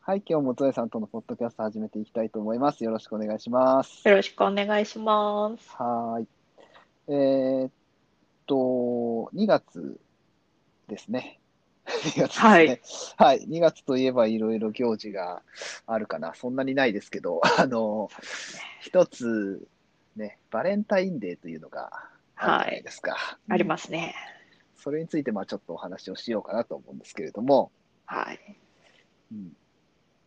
はい、今日もゾエさんとのポッドキャスト始めていきたいと思います。よろしくお願いします。よろしくお願いします。はーい。えーっと、2月ですね。2月ですね。はい。2月といえばいろいろ行事があるかな。そんなにないですけど、 あの、一つ、ね、バレンタインデーというのがあるじゃないですか。。ありますすね。それについて、まあちょっとお話をしようかなと思うんですけれども、はい。うん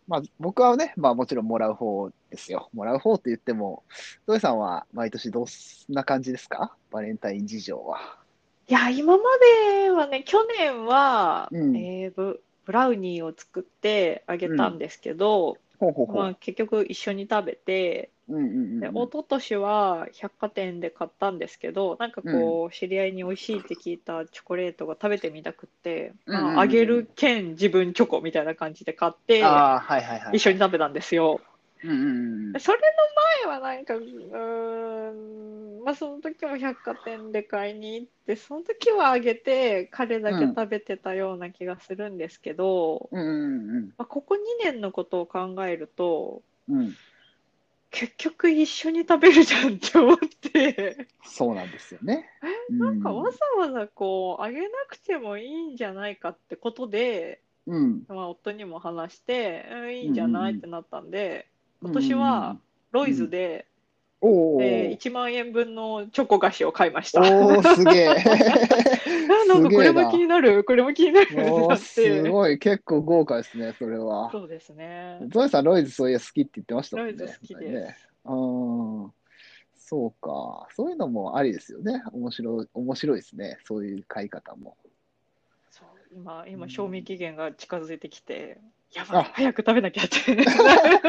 まあ、僕はね、まあもちろんもらう方ですよ。もらう方って言っても、ゾエさんは毎年どんな感じですかバレンタイン事情は。いや、今まではね、去年は、うんえーブ、ブラウニーを作ってあげたんですけど、ほうほうほまあ、う。結局一緒に食べて、うんうんで、うん一昨年は百貨店で買ったんですけど、なんかこう、知り合いに美味しいって聞いたチョコレートが食べてみたくって、うんうんうんまあ、あげる兼自分チョコみたいな感じで買って、ああ、はいはいはい。一緒に食べたんですよ。うんうんうん。それの前はなんか、うーん、まあその時も百貨店で買いに行って、その時はあげて、彼だけ食べてたような気がするんですけど、うんうんまあ、ここ2年のことを考えると、うん。うん。結局一緒に食べるじゃんって思って、そうなんですよね。ななんかわざわざこう、あげなくてもいいんじゃないかってことで、うん。まあ夫にも話して、うん、いいんじゃないってなったんで、今年うんうんうはん、ロイズで、おお、えー1万円分のチョコ菓子を買いました。おお、すげえ。あ なんかこれもす気げえになる、これも気になるってな。おなーっすて。ごい。結構豪華ですね、それは。そうですね。ゾエさん、ロイズそういえ好きって言ってましたもんロね。イズ好き前でねうん。そうか。そういうのもありですよね。面白い、面白いですね。そういう買い方も。す。そう今、今、賞味期限が近づいてきて、やあばい、早く食べな きゃって。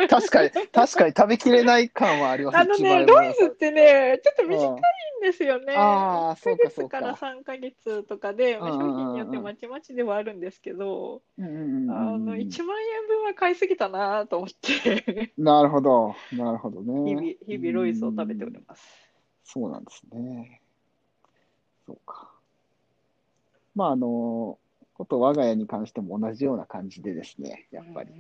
確か に、確かに食べきれない感はありますあの一番ありね、ロまイすズってね、ちょっと短いうんんですよね。あーそうかそう1かヶ月から3ヶ月とかで、まあうん商うんうんうん品によってまちまちではあるんですけど、うんうんうんあの、1万円分は買いすぎたなと思って、なるほど。なるほどね。日々、日々ロイズを食べておりうんます。そうなんですね。そうか。まあ、あの、こと我が家に関しても同じような感じでですね、やっぱり。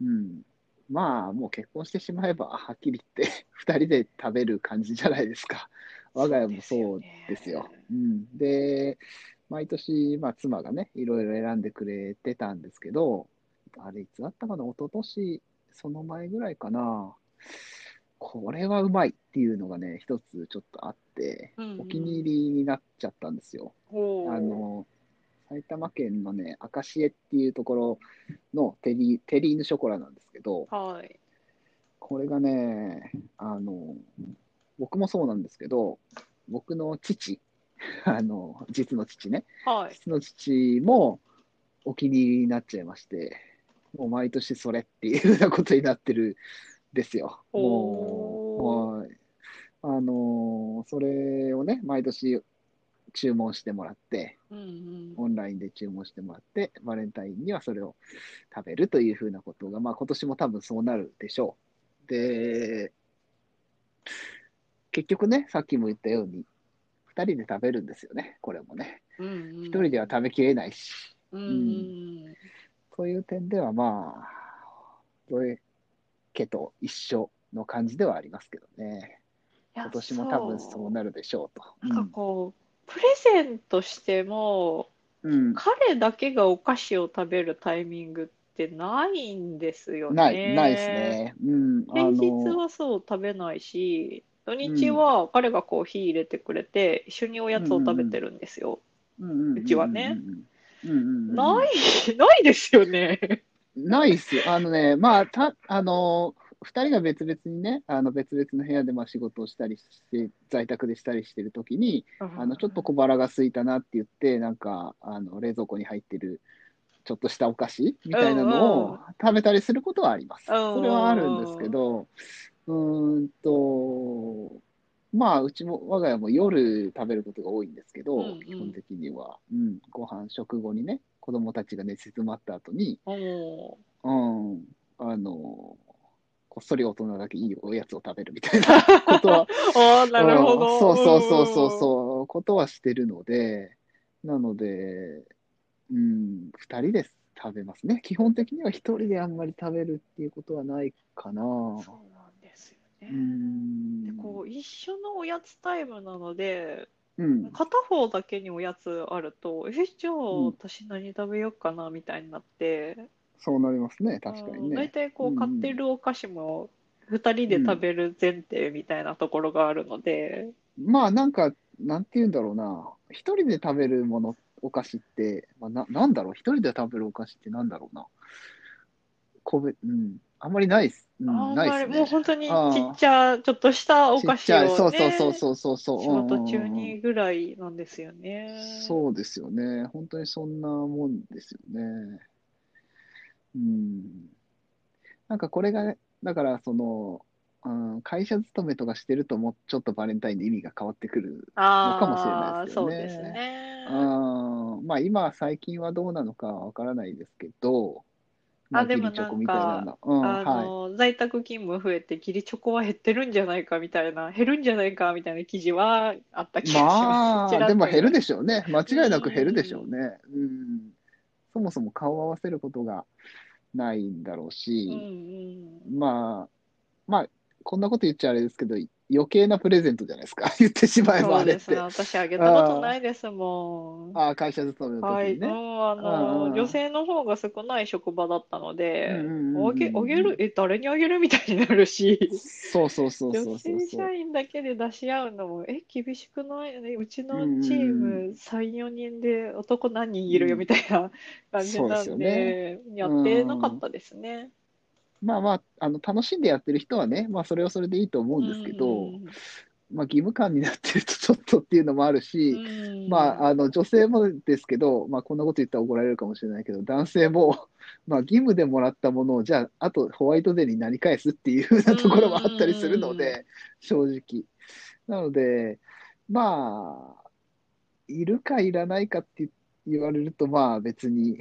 うんうん。まあ、もう結婚してしまえば、はっきり言って、 二人で食べる感じじゃないですか。我が家も そうですよ。うん。で、毎年、まあ、妻がね、いろいろ選んでくれてたんですけど、あれ、いつだったかな、一昨年その前ぐらいかな。これはうまいっていうのがね、一つちょっとあって、うんうんお気に入りになっちゃったんですよ。おーあの、埼玉県のね、アカシエっていうところのテリーテリーヌショコラなんですけど、はい。これがね、あの、僕もそうなんですけど、僕の父、 あの、実の父ね、はい。実の父もお気に入りになっちゃいまして、もう毎年それっていうようなことになってるんですよ。もう、はい。あの、それをね、毎年注文してもらって、うんうん。オンラインで注文してもらって、バレンタインにはそれを食べるというふうなことが、まあ今年も多分そうなるでしょう。で、結局ね、さっきも言ったように、2人で食べるんですよね、これもね。うんうん1人では食べきれないし、うんうん。そういう点ではまあ、どれ家と一緒の感じではありますけどね、今今年も多分そうなるでしょうと。なんかこう、プレゼントしても、うん、彼だけがお菓子を食べるタイミングってないんですようんね。ない、ないです。ね。うん、あ平日のはそう食べないし、土日は彼がコーヒー入れてくれて、一緒におやつを食べてるんですよ。うちはね。うんうんうんうんない、ないですよね。ないっすよ。あのね、まあ、た、あの、2人が別々にね、あの別々の部屋でまあ仕事をしたりして、在宅でしたりしてるときに、あのちょっと小腹が空いたなって言って、なんかあの冷蔵庫に入ってるちょっとしたお菓子みたいなのうんうを食べたりすることはあります。うんうんうんそれはあるんですけど、うーんと、まあ、うちも、我が家も夜食べることが多いんですけど、うんうん基本的には、うん、ご飯、食後にね、子供たちが寝静まった後に、 おうん、あの、こっそり大人だけいいおやつを食べるみたいなことはーあー、なるほど。うんそうそうそうそうそう、ことはしてるので、なので、うん、2人で食べますね。基本的には一人であんまり食べるっていうことはないかな。そうなんですよね。うんでこう一緒のおやつタイムなのでうん。片方だけにおやつあるとえじゃあうん私何食べようかなみたいになって、そうなりますね。確かにうん大ね。体こうんう買ってるお菓子も2人で食べる前提みたいなところがあるので、まあなんか、なんて言うんだろうな。一人で食べるもの、お菓子って、まあ、ななんだろう。一人で食べるお菓子ってなんだろうな。こべ、うん。あんまりないっす。うん、あんないっまりすもうね。本当にちあーっちゃちょっとしたお菓ちっ子ちを、ゃいね、そうそうそうそうそうそう。仕事うん中うんうんにぐらいなんですよね。そうですよね。本当にそんなもんですよね。うん。なんかこれが、だからその、うん、会社勤めとかしてるともうちょっとバレンタインで意味が変わってくる。あかもしれないーですよねそうですね。うん、まあ今最近はどうなのかわからないですけど、までも義理チョコみたいなの。うん、あはい。の、在宅勤務増えて、義理チョコは減ってるんじゃないかみたいな、減るんじゃないかみたいな記事はあった気がし まます。ちあ、でらっとも減るでしょうね。間違いなく減るでしょうね。うん。そもそも顔を合わせることがないんだろうし、うんうん。まあ、まあ、こんなこと言っちゃあれですけど、余計なプレゼントじゃないですか。 言ってしまえばそあうれでっすね。て。私あげたことないですもん。ああ、会社勤めのはい、時にうね。ん、あうんうの、ん女性の方が少ない職場だったので、うんうんうんうんあげ、あげる、え、誰にあげるみたいになるし、そうそうそうそう女そう性そう社。員だけで出し合うのも、え、厳しくないねうちのうんうんうんチーム3、4人で男何人いるようんみたいな感じそうでなすよんねで、やってなかったですね。まあまあ、あの、楽しんでやってる人はね、まあそれはそれでいいと思うんですけど、まあ義務感になってるとちょっとっていうのもあるし、まあ、あ、あの、女性もですけど、まあ、こんなこと言ったら怒られるかもしれないけど、男性も、 まあ、義務でもらったものを、じゃあ、あとホワイトデーに何返すっていうようなところもあったりするのうんうんで、正直。なので、まあ、いるかいらないかって言われると、まあ、別に、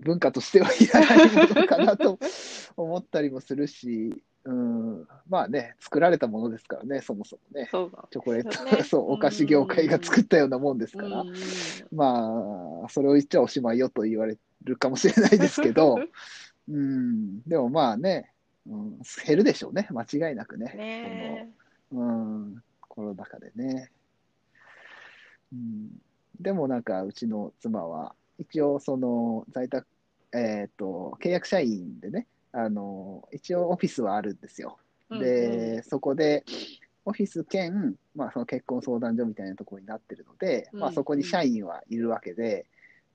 文化としてはいらないのかなと 思ったりもするし、うん、まあね、作られたものですからね、そもそもね。そうなんチョコレーですト、よね そう、お菓子業界が作ったようなもんですから、うんうんまあ、それを言っちゃおしまいよと言われるかもしれないですけど、うん、でもまあね、うん、減るでしょうね、間違いなくね、 ねこの、うん、コロナ禍でね。うん、でもなんか、うちの妻は、一応、その、在宅、えっ、と、契約社員でね、あの、一応オフィスはあるんですよ。えで、そこで、オフィス兼、まあ、その結婚相談所みたいなところになってるので、うんまあ、そこに社員はいるわけで、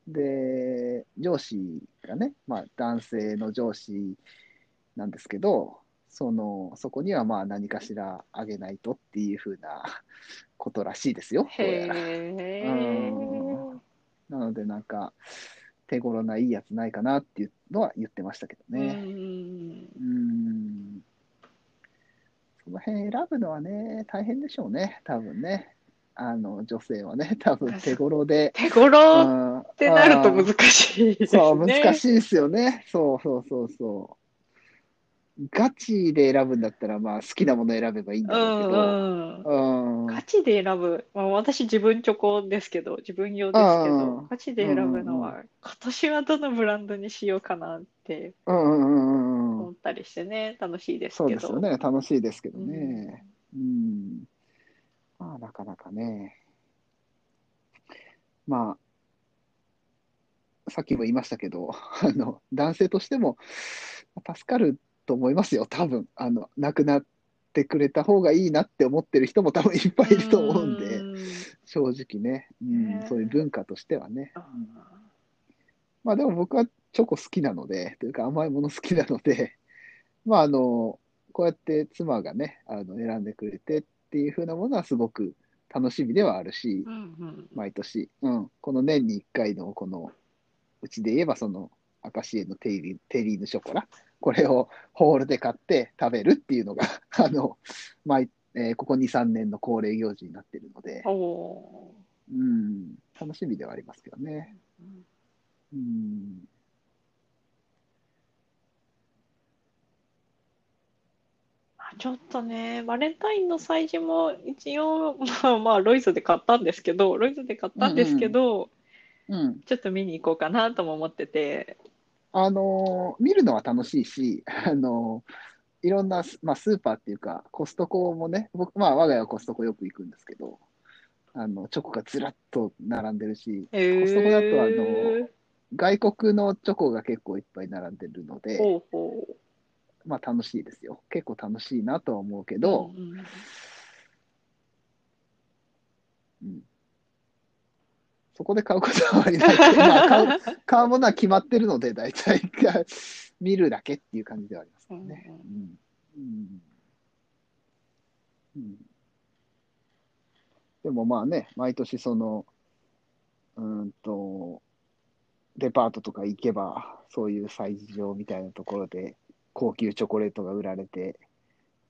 で、上司がね、まあ、男性の上司なんですけど、その、そこにはまあ何かしらあげないとっていうふうなことらしいですよ、どうやら。へうんなので、なんか、手頃ないいやつないかなっていうのは言ってましたけどえ。ね。うんうーんその辺選ぶのはね、大変でしょうね、多分ね。あの、女性はね、 多分手頃で。手頃っうんてなるとうん難しいですね。そう、難しいですよね。そうそうそうそう。ガチで選ぶんだったら、まあ、好きなもの選べばいいんだうろうけど。んうん。うん。ガチで選ぶ、まあ、私自分チョコですけど、自分用ですけうどん、ガチで選ぶのは、今年はどのブランドにしようかなってうんうんうんうんう思ん。ったりしてね、楽しいですそうけですど。よね。楽しいですけどうんね。うん。まあ、なかなかね。まあ、さっきも言いましたけど、 あの、男性としても助かると思いますよ、多分。あの、亡くなってくれた方がいいなって思ってる人も多分いっぱいいると思うんで、うん正直ね。うんね、そういう文化としてはね。あまあでも僕はチョコ好きなので、というか甘いもの好きなので、 まああの、こうやって妻がね、あの、選んでくれてっていう風なものはすごく楽しみではあるしー、うん毎年、うん、この年に1回のこの、うちで言えばその、アシエのテイリテリーヌショコラ、これをホールで買って食べるっていうのが、 あの、毎、えーここ2、3年の恒例行事になってるのでうん。、おうん、楽しみではありますけどね。ーうんまあちょっとね、バレンタインの催事も一応、まあまあ、ロイズで買ったんですけど、ロイズで買ったんですけど、うんうん。ちょっと見に行こうかなとも思ってて、あのー見るのは楽しいし、 あのーいろんなス、まあ、スーパーっていうか、コストコもね、僕、まあ、我が家はコストコよく行くんですけど、あの、チョコがずらっと並んでるし、えー、コストコだとあの外国のチョコが結構いっぱい並んでるので、ほうほうまあ、楽しいですよ。結構楽しいなとは思うけど、うんうんそこで買うことはありないけ ど、まあ、買う、買うものは決まってるので、大体見るだけっていう感じではありますけどね。ううんん。うん。うんでもまあね、毎年その、うーんと、デパートとか行けば、そういう催事場みたいなところで、高級チョコレートが売られてっ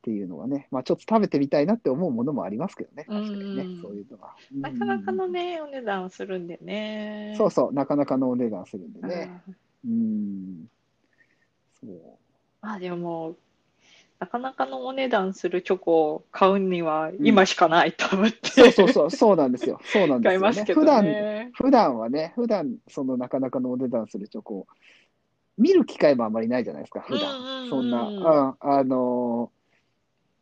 ていうのはね、まあちょっと食べてみたいなって思うものもありますけどね、確かにね、うんそういうのは。なかなかうんうんうのんね、お値段するんでね。そうそう、なかなかのお値段するんでね。ううんん。そう。まあでも、なかなかのお値段するチョコを買うには今しかないと思って、そうそうそう、そうなんですよ。そうなんです買いよ、ね。ますけど普段、ね。普段はね、普段そのなかなかのお値段するチョコを見る機会もあまりないじゃないですか、普うんうんう段。んそんな、あ、あのー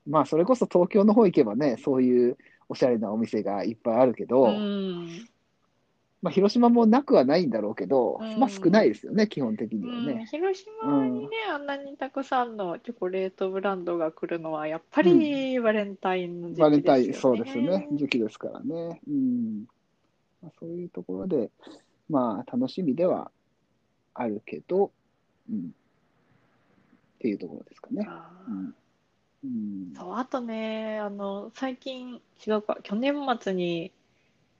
まあ、それこそ東京の方行けばね、そういうおしゃれなお店がいっぱいあるけど、うんまあ、広島もなくはないんだろうけど、うんまあ、少ないですよね、基本的にはうん、ね。広島にね、あんなにたくさんのチョコレートブランドが来るのは、やっぱりバレンタインの時期バレンタイン、ですそようですね。時期ですからね。うん。まあ、そういうところで、まあ、楽しみではあるけど、うん。っていうところですかね。あうーん。うん。そう、あとね、あの、最近、違うか、去年末に、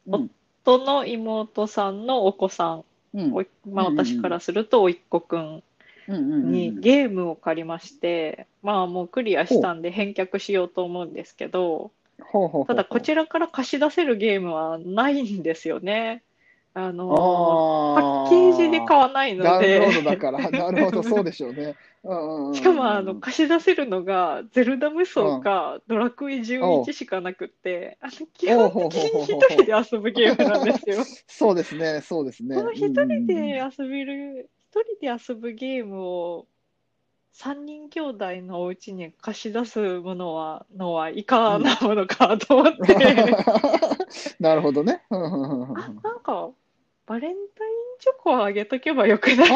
うん。夫の妹さんのお子さん、うん。おいまあうんうんうん私からすると、おいっ子くんうんうんにゲームを借りまして、まあもうクリアしたんで返却しようと思うんですけど、ほうほうほうただこちらから貸し出せるゲームはないんですよね。あの、あパッケージで買わわないのダウンロでードだ から。なるほど、そうでしょうね。うんうんうん。しかもあの貸し出せるのが「ゼルダ無双」か「ドラクエ11」しかなくってあの基本的に一人で遊ぶゲームなんですよ。そうですね、そうですね。この一うんうんう人んで遊べる一人で遊ぶゲームを3人兄弟のお家に貸し出すものはのはいかなものかと思 って、 なるほどね。うんうんうんうんあなんかバレンタインチョコをあげとけばよくないかと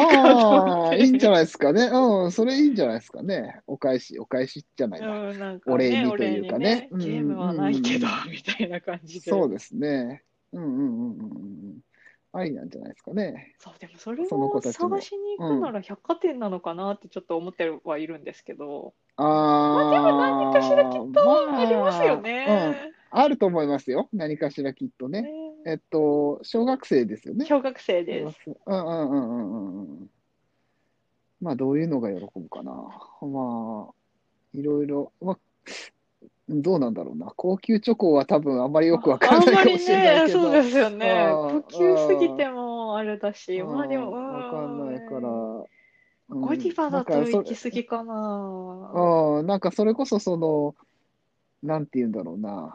あ思っあ、ていいんじゃないですかね。うん、それいいんじゃないですかね。お返し、お返しじゃないな。うん、なんかお礼ね、におと礼いうにかねね、うんゲームはないけど、うんみたいな感じで。そうですね。うんうんうんうんうん。ありなんじゃないですかね。そう、でもそれその子をたちも探しに行くなら百貨店なのかなってちょっと思ってはいるんですけど、ああ、でも何かしらきっとまあありますよね。うん、あると思いますよ。何かしらきっとね。ねえっと、小学生ですよね。小学生です。うんうんうんうんうんうん。まあ、どういうのが喜ぶかな。まあ、いろいろ、まあ、どうなんだろうな。高級チョコは多分あんまりよくわからないかもしれないけあんど。まりね、そうですよね。うん高級すぎてもあれだし、うんまあでも、うんわかんないから。うんゴディバだとなんかそ行き過ぎかな。うん、なんかそれこそその、なんて言うんだろうな。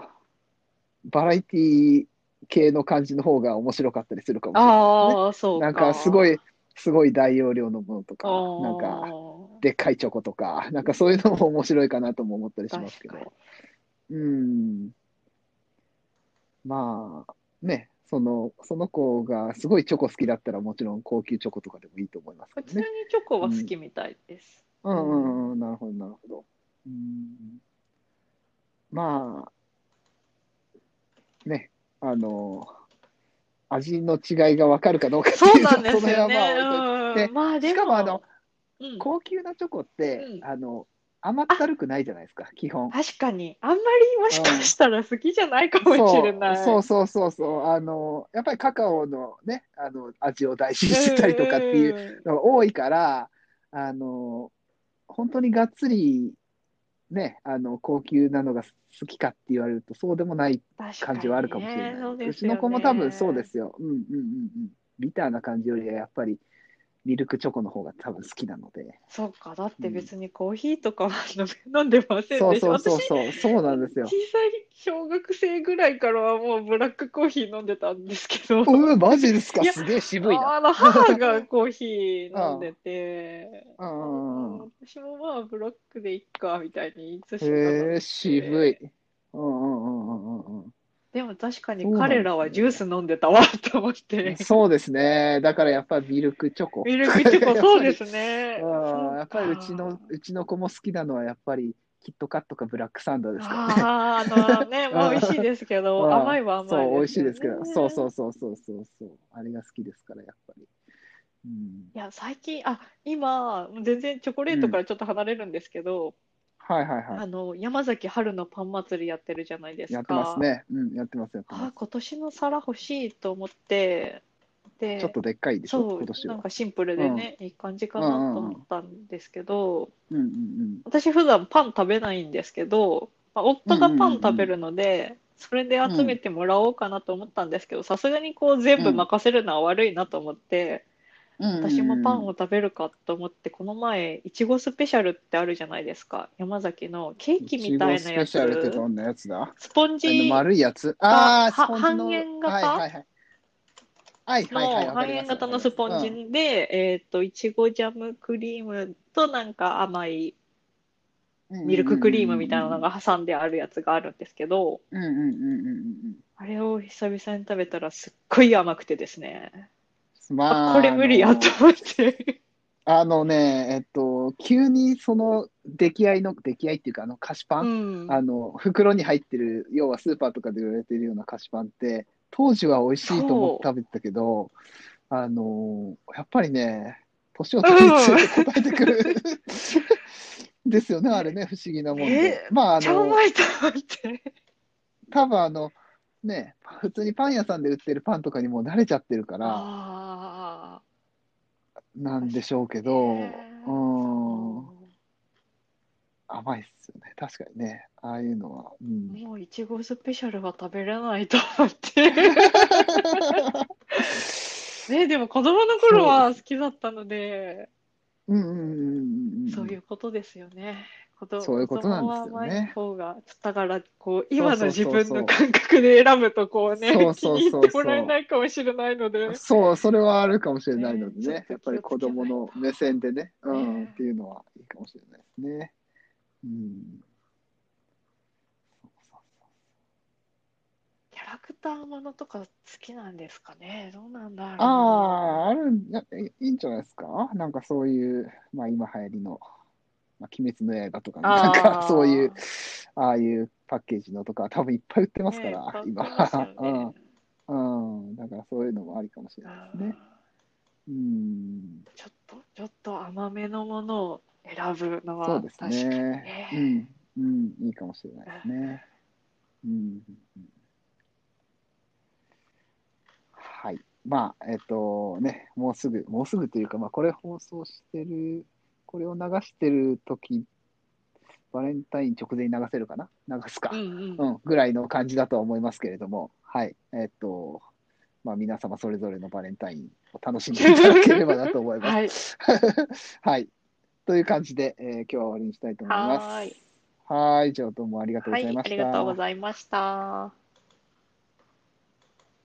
バラエティ系の感じの方が面白かったりするかもしれないですね。ああ、そうなんかすごいか、すごい大容量のものとか、あーなんか、でっかいチョコとか、なんかそういうのも面白いかなとも思ったりしますけ確ど。うん。まあ、ね、その、その子がすごいチョコ好きだったらもちろん高級チョコとかでもいいと思いますけ普ど通にね。チョコは好きみたいです。うんうんうん、なるほど、なるほど。うん。まあ、ね、あの、味の違いがわかるかどうかってそいううとなんですその辺よはまあ置いといてね。うんでまあでしかもあの、うん高級なチョコって、うんあの甘ったるくないじゃないですか、基本。確かに、あんまりもしかしたら好きじゃないかもしれない。そうそうそうそうそう、あのやっぱりカカオのね、あの味を大事にしてたりとかっていううのが多いから、あの本当にがっつり、ね、あの高級なのが好きかって言われると、そうでもないん。感じはあるかもしれない。確かにねそううです。ちの子も多分そうですすよ。うんうんうんうん。ビターな感じよりはやっぱりミルクチョコの方が多分好きなので。そうか、だって別にコーヒーとかは飲んでませんそうでしょ。そうそう私、そう、そうなんです小よさ。い小学生ぐらいからはもうブラックコーヒー飲んでたんですけど。うん、マジですかいやすげえ渋いな。あの母がコーヒー飲んでて、うんうんうん。私もまあブラックでいっかみたいに言いつしかなくへてえ、渋い。うんうんうんうんうんうん。でも確かに彼らはジュース飲んでたわと思って、そうですね。だからやっぱりミルクチョコ。ミルクチョコ、そうですね。うんやっぱりうそちかの、うちの子も好きなのはやっぱりキットカットかブラックサンドですからね。あーあ のね、まあ美味しいですけうんど、甘いは甘いそう、美味しいですけよど、ねそうそうそうそうそうそう、あれが好きですから、やっぱり。うん、いや、最近、あ、今、全然チョコレートからちょっと離れるんですけど、はいはいはあの、山崎春のパン祭りやってるじゃないでい。すやってか。ますね。うん、やってます、やってまあ、す。今年の皿欲しいと思って、で、ちょっとでっかいでしそょ、う、今年なんは。かシンプルでね、いい感じかなと思ったんですけど、うんうんうん。私普段パン食べないんですけど、まあ、夫がパン食べるので、それで集めてもらおうかなと思ったんですけど、さすがにこう全部任せるのは悪いなと思って、私もパンを食べるかと思って、この前、いちごスペシャルってあるじゃないですか。山崎のケーキみたいなやいちごスペシャルってつ。どんなやつだスポンあのジ丸いやつ。ああ、はスポンジの。半円型はいはいはい。はいはいはいのわか半りま円す型のスポンジうんで、えーっと、いちごジャムクリームとなんか甘いミルククリームみたいなの。が挟んであるやつがあるんですけど、うんうんうんうんうんうん。あれを久々に食べたらすっごい甘くてですね。まあ、あ、これ無理やと思って。あのね、えっと、急にその出来合いの、出来合いっていうか、あの菓子パうン、ん。あの袋に入ってる、要はスーパーとかで売られてるような菓子パンって、当時は美味しいと思って食べてたけど、あのやっぱりね、年を取るにつれて答えてく る。ですよね、あれね、不思議なもんでえ。まあ、あめっちゃうの、まいと思って。多分あの、ね、普通にパン屋さんで売ってるパンとかにもう慣れちゃってるから、ああ。なんでしょうけど、ねうもん。甘いっすよね。確かにね。ああいうのは。うん、ういちごスペシャルは食べれないと 思って。ねでも子供の頃は好きだったので、うんうんうんうんうん。そういうことですよね。子供そういうことなんですよね子供は甘い方が、だからこう今の自分の感覚で選ぶとこうね、そうそうそうそう気に入ってもらえないかもしれないので。そう、それはあるかもしれないのでねね。やっぱり子供の目線でね。うん。っていうのはいいかもしれないですね。うん。そうそうそうキャラクターものとか好きなんですかねどうなんだろうああ、あるんやいいいんじゃないですかなんかそういう、まあ今流行りの、まあ、鬼滅の刃とかね、なんかそういう、ああいうパッケージのとか多分いっぱい売ってますかねら、いっ今。ぱいありますよね うん。うん、だからそういうのもありかもしれないですね。うん、ちょっとちょっと甘めのものを選ぶのはそうです確かにね。うん、うん、いいかもしれないですね。うん。はい。まあ、えっとね、もうすぐ、もうすぐというか、まあ、これ放送してる、これを流してる時バレンタイン直前に流せるかな流すか。うんうんうん、ぐらいの感じだとは思いますけれども、はい、えっと、まあ、皆様それぞれのバレンタインを楽しんでいただければなと思います。はい はい。という感じで、えー今日は終わりにしたいと思います。はーいはーい、以上どうもありがとうはございいまあしりた。がとうございました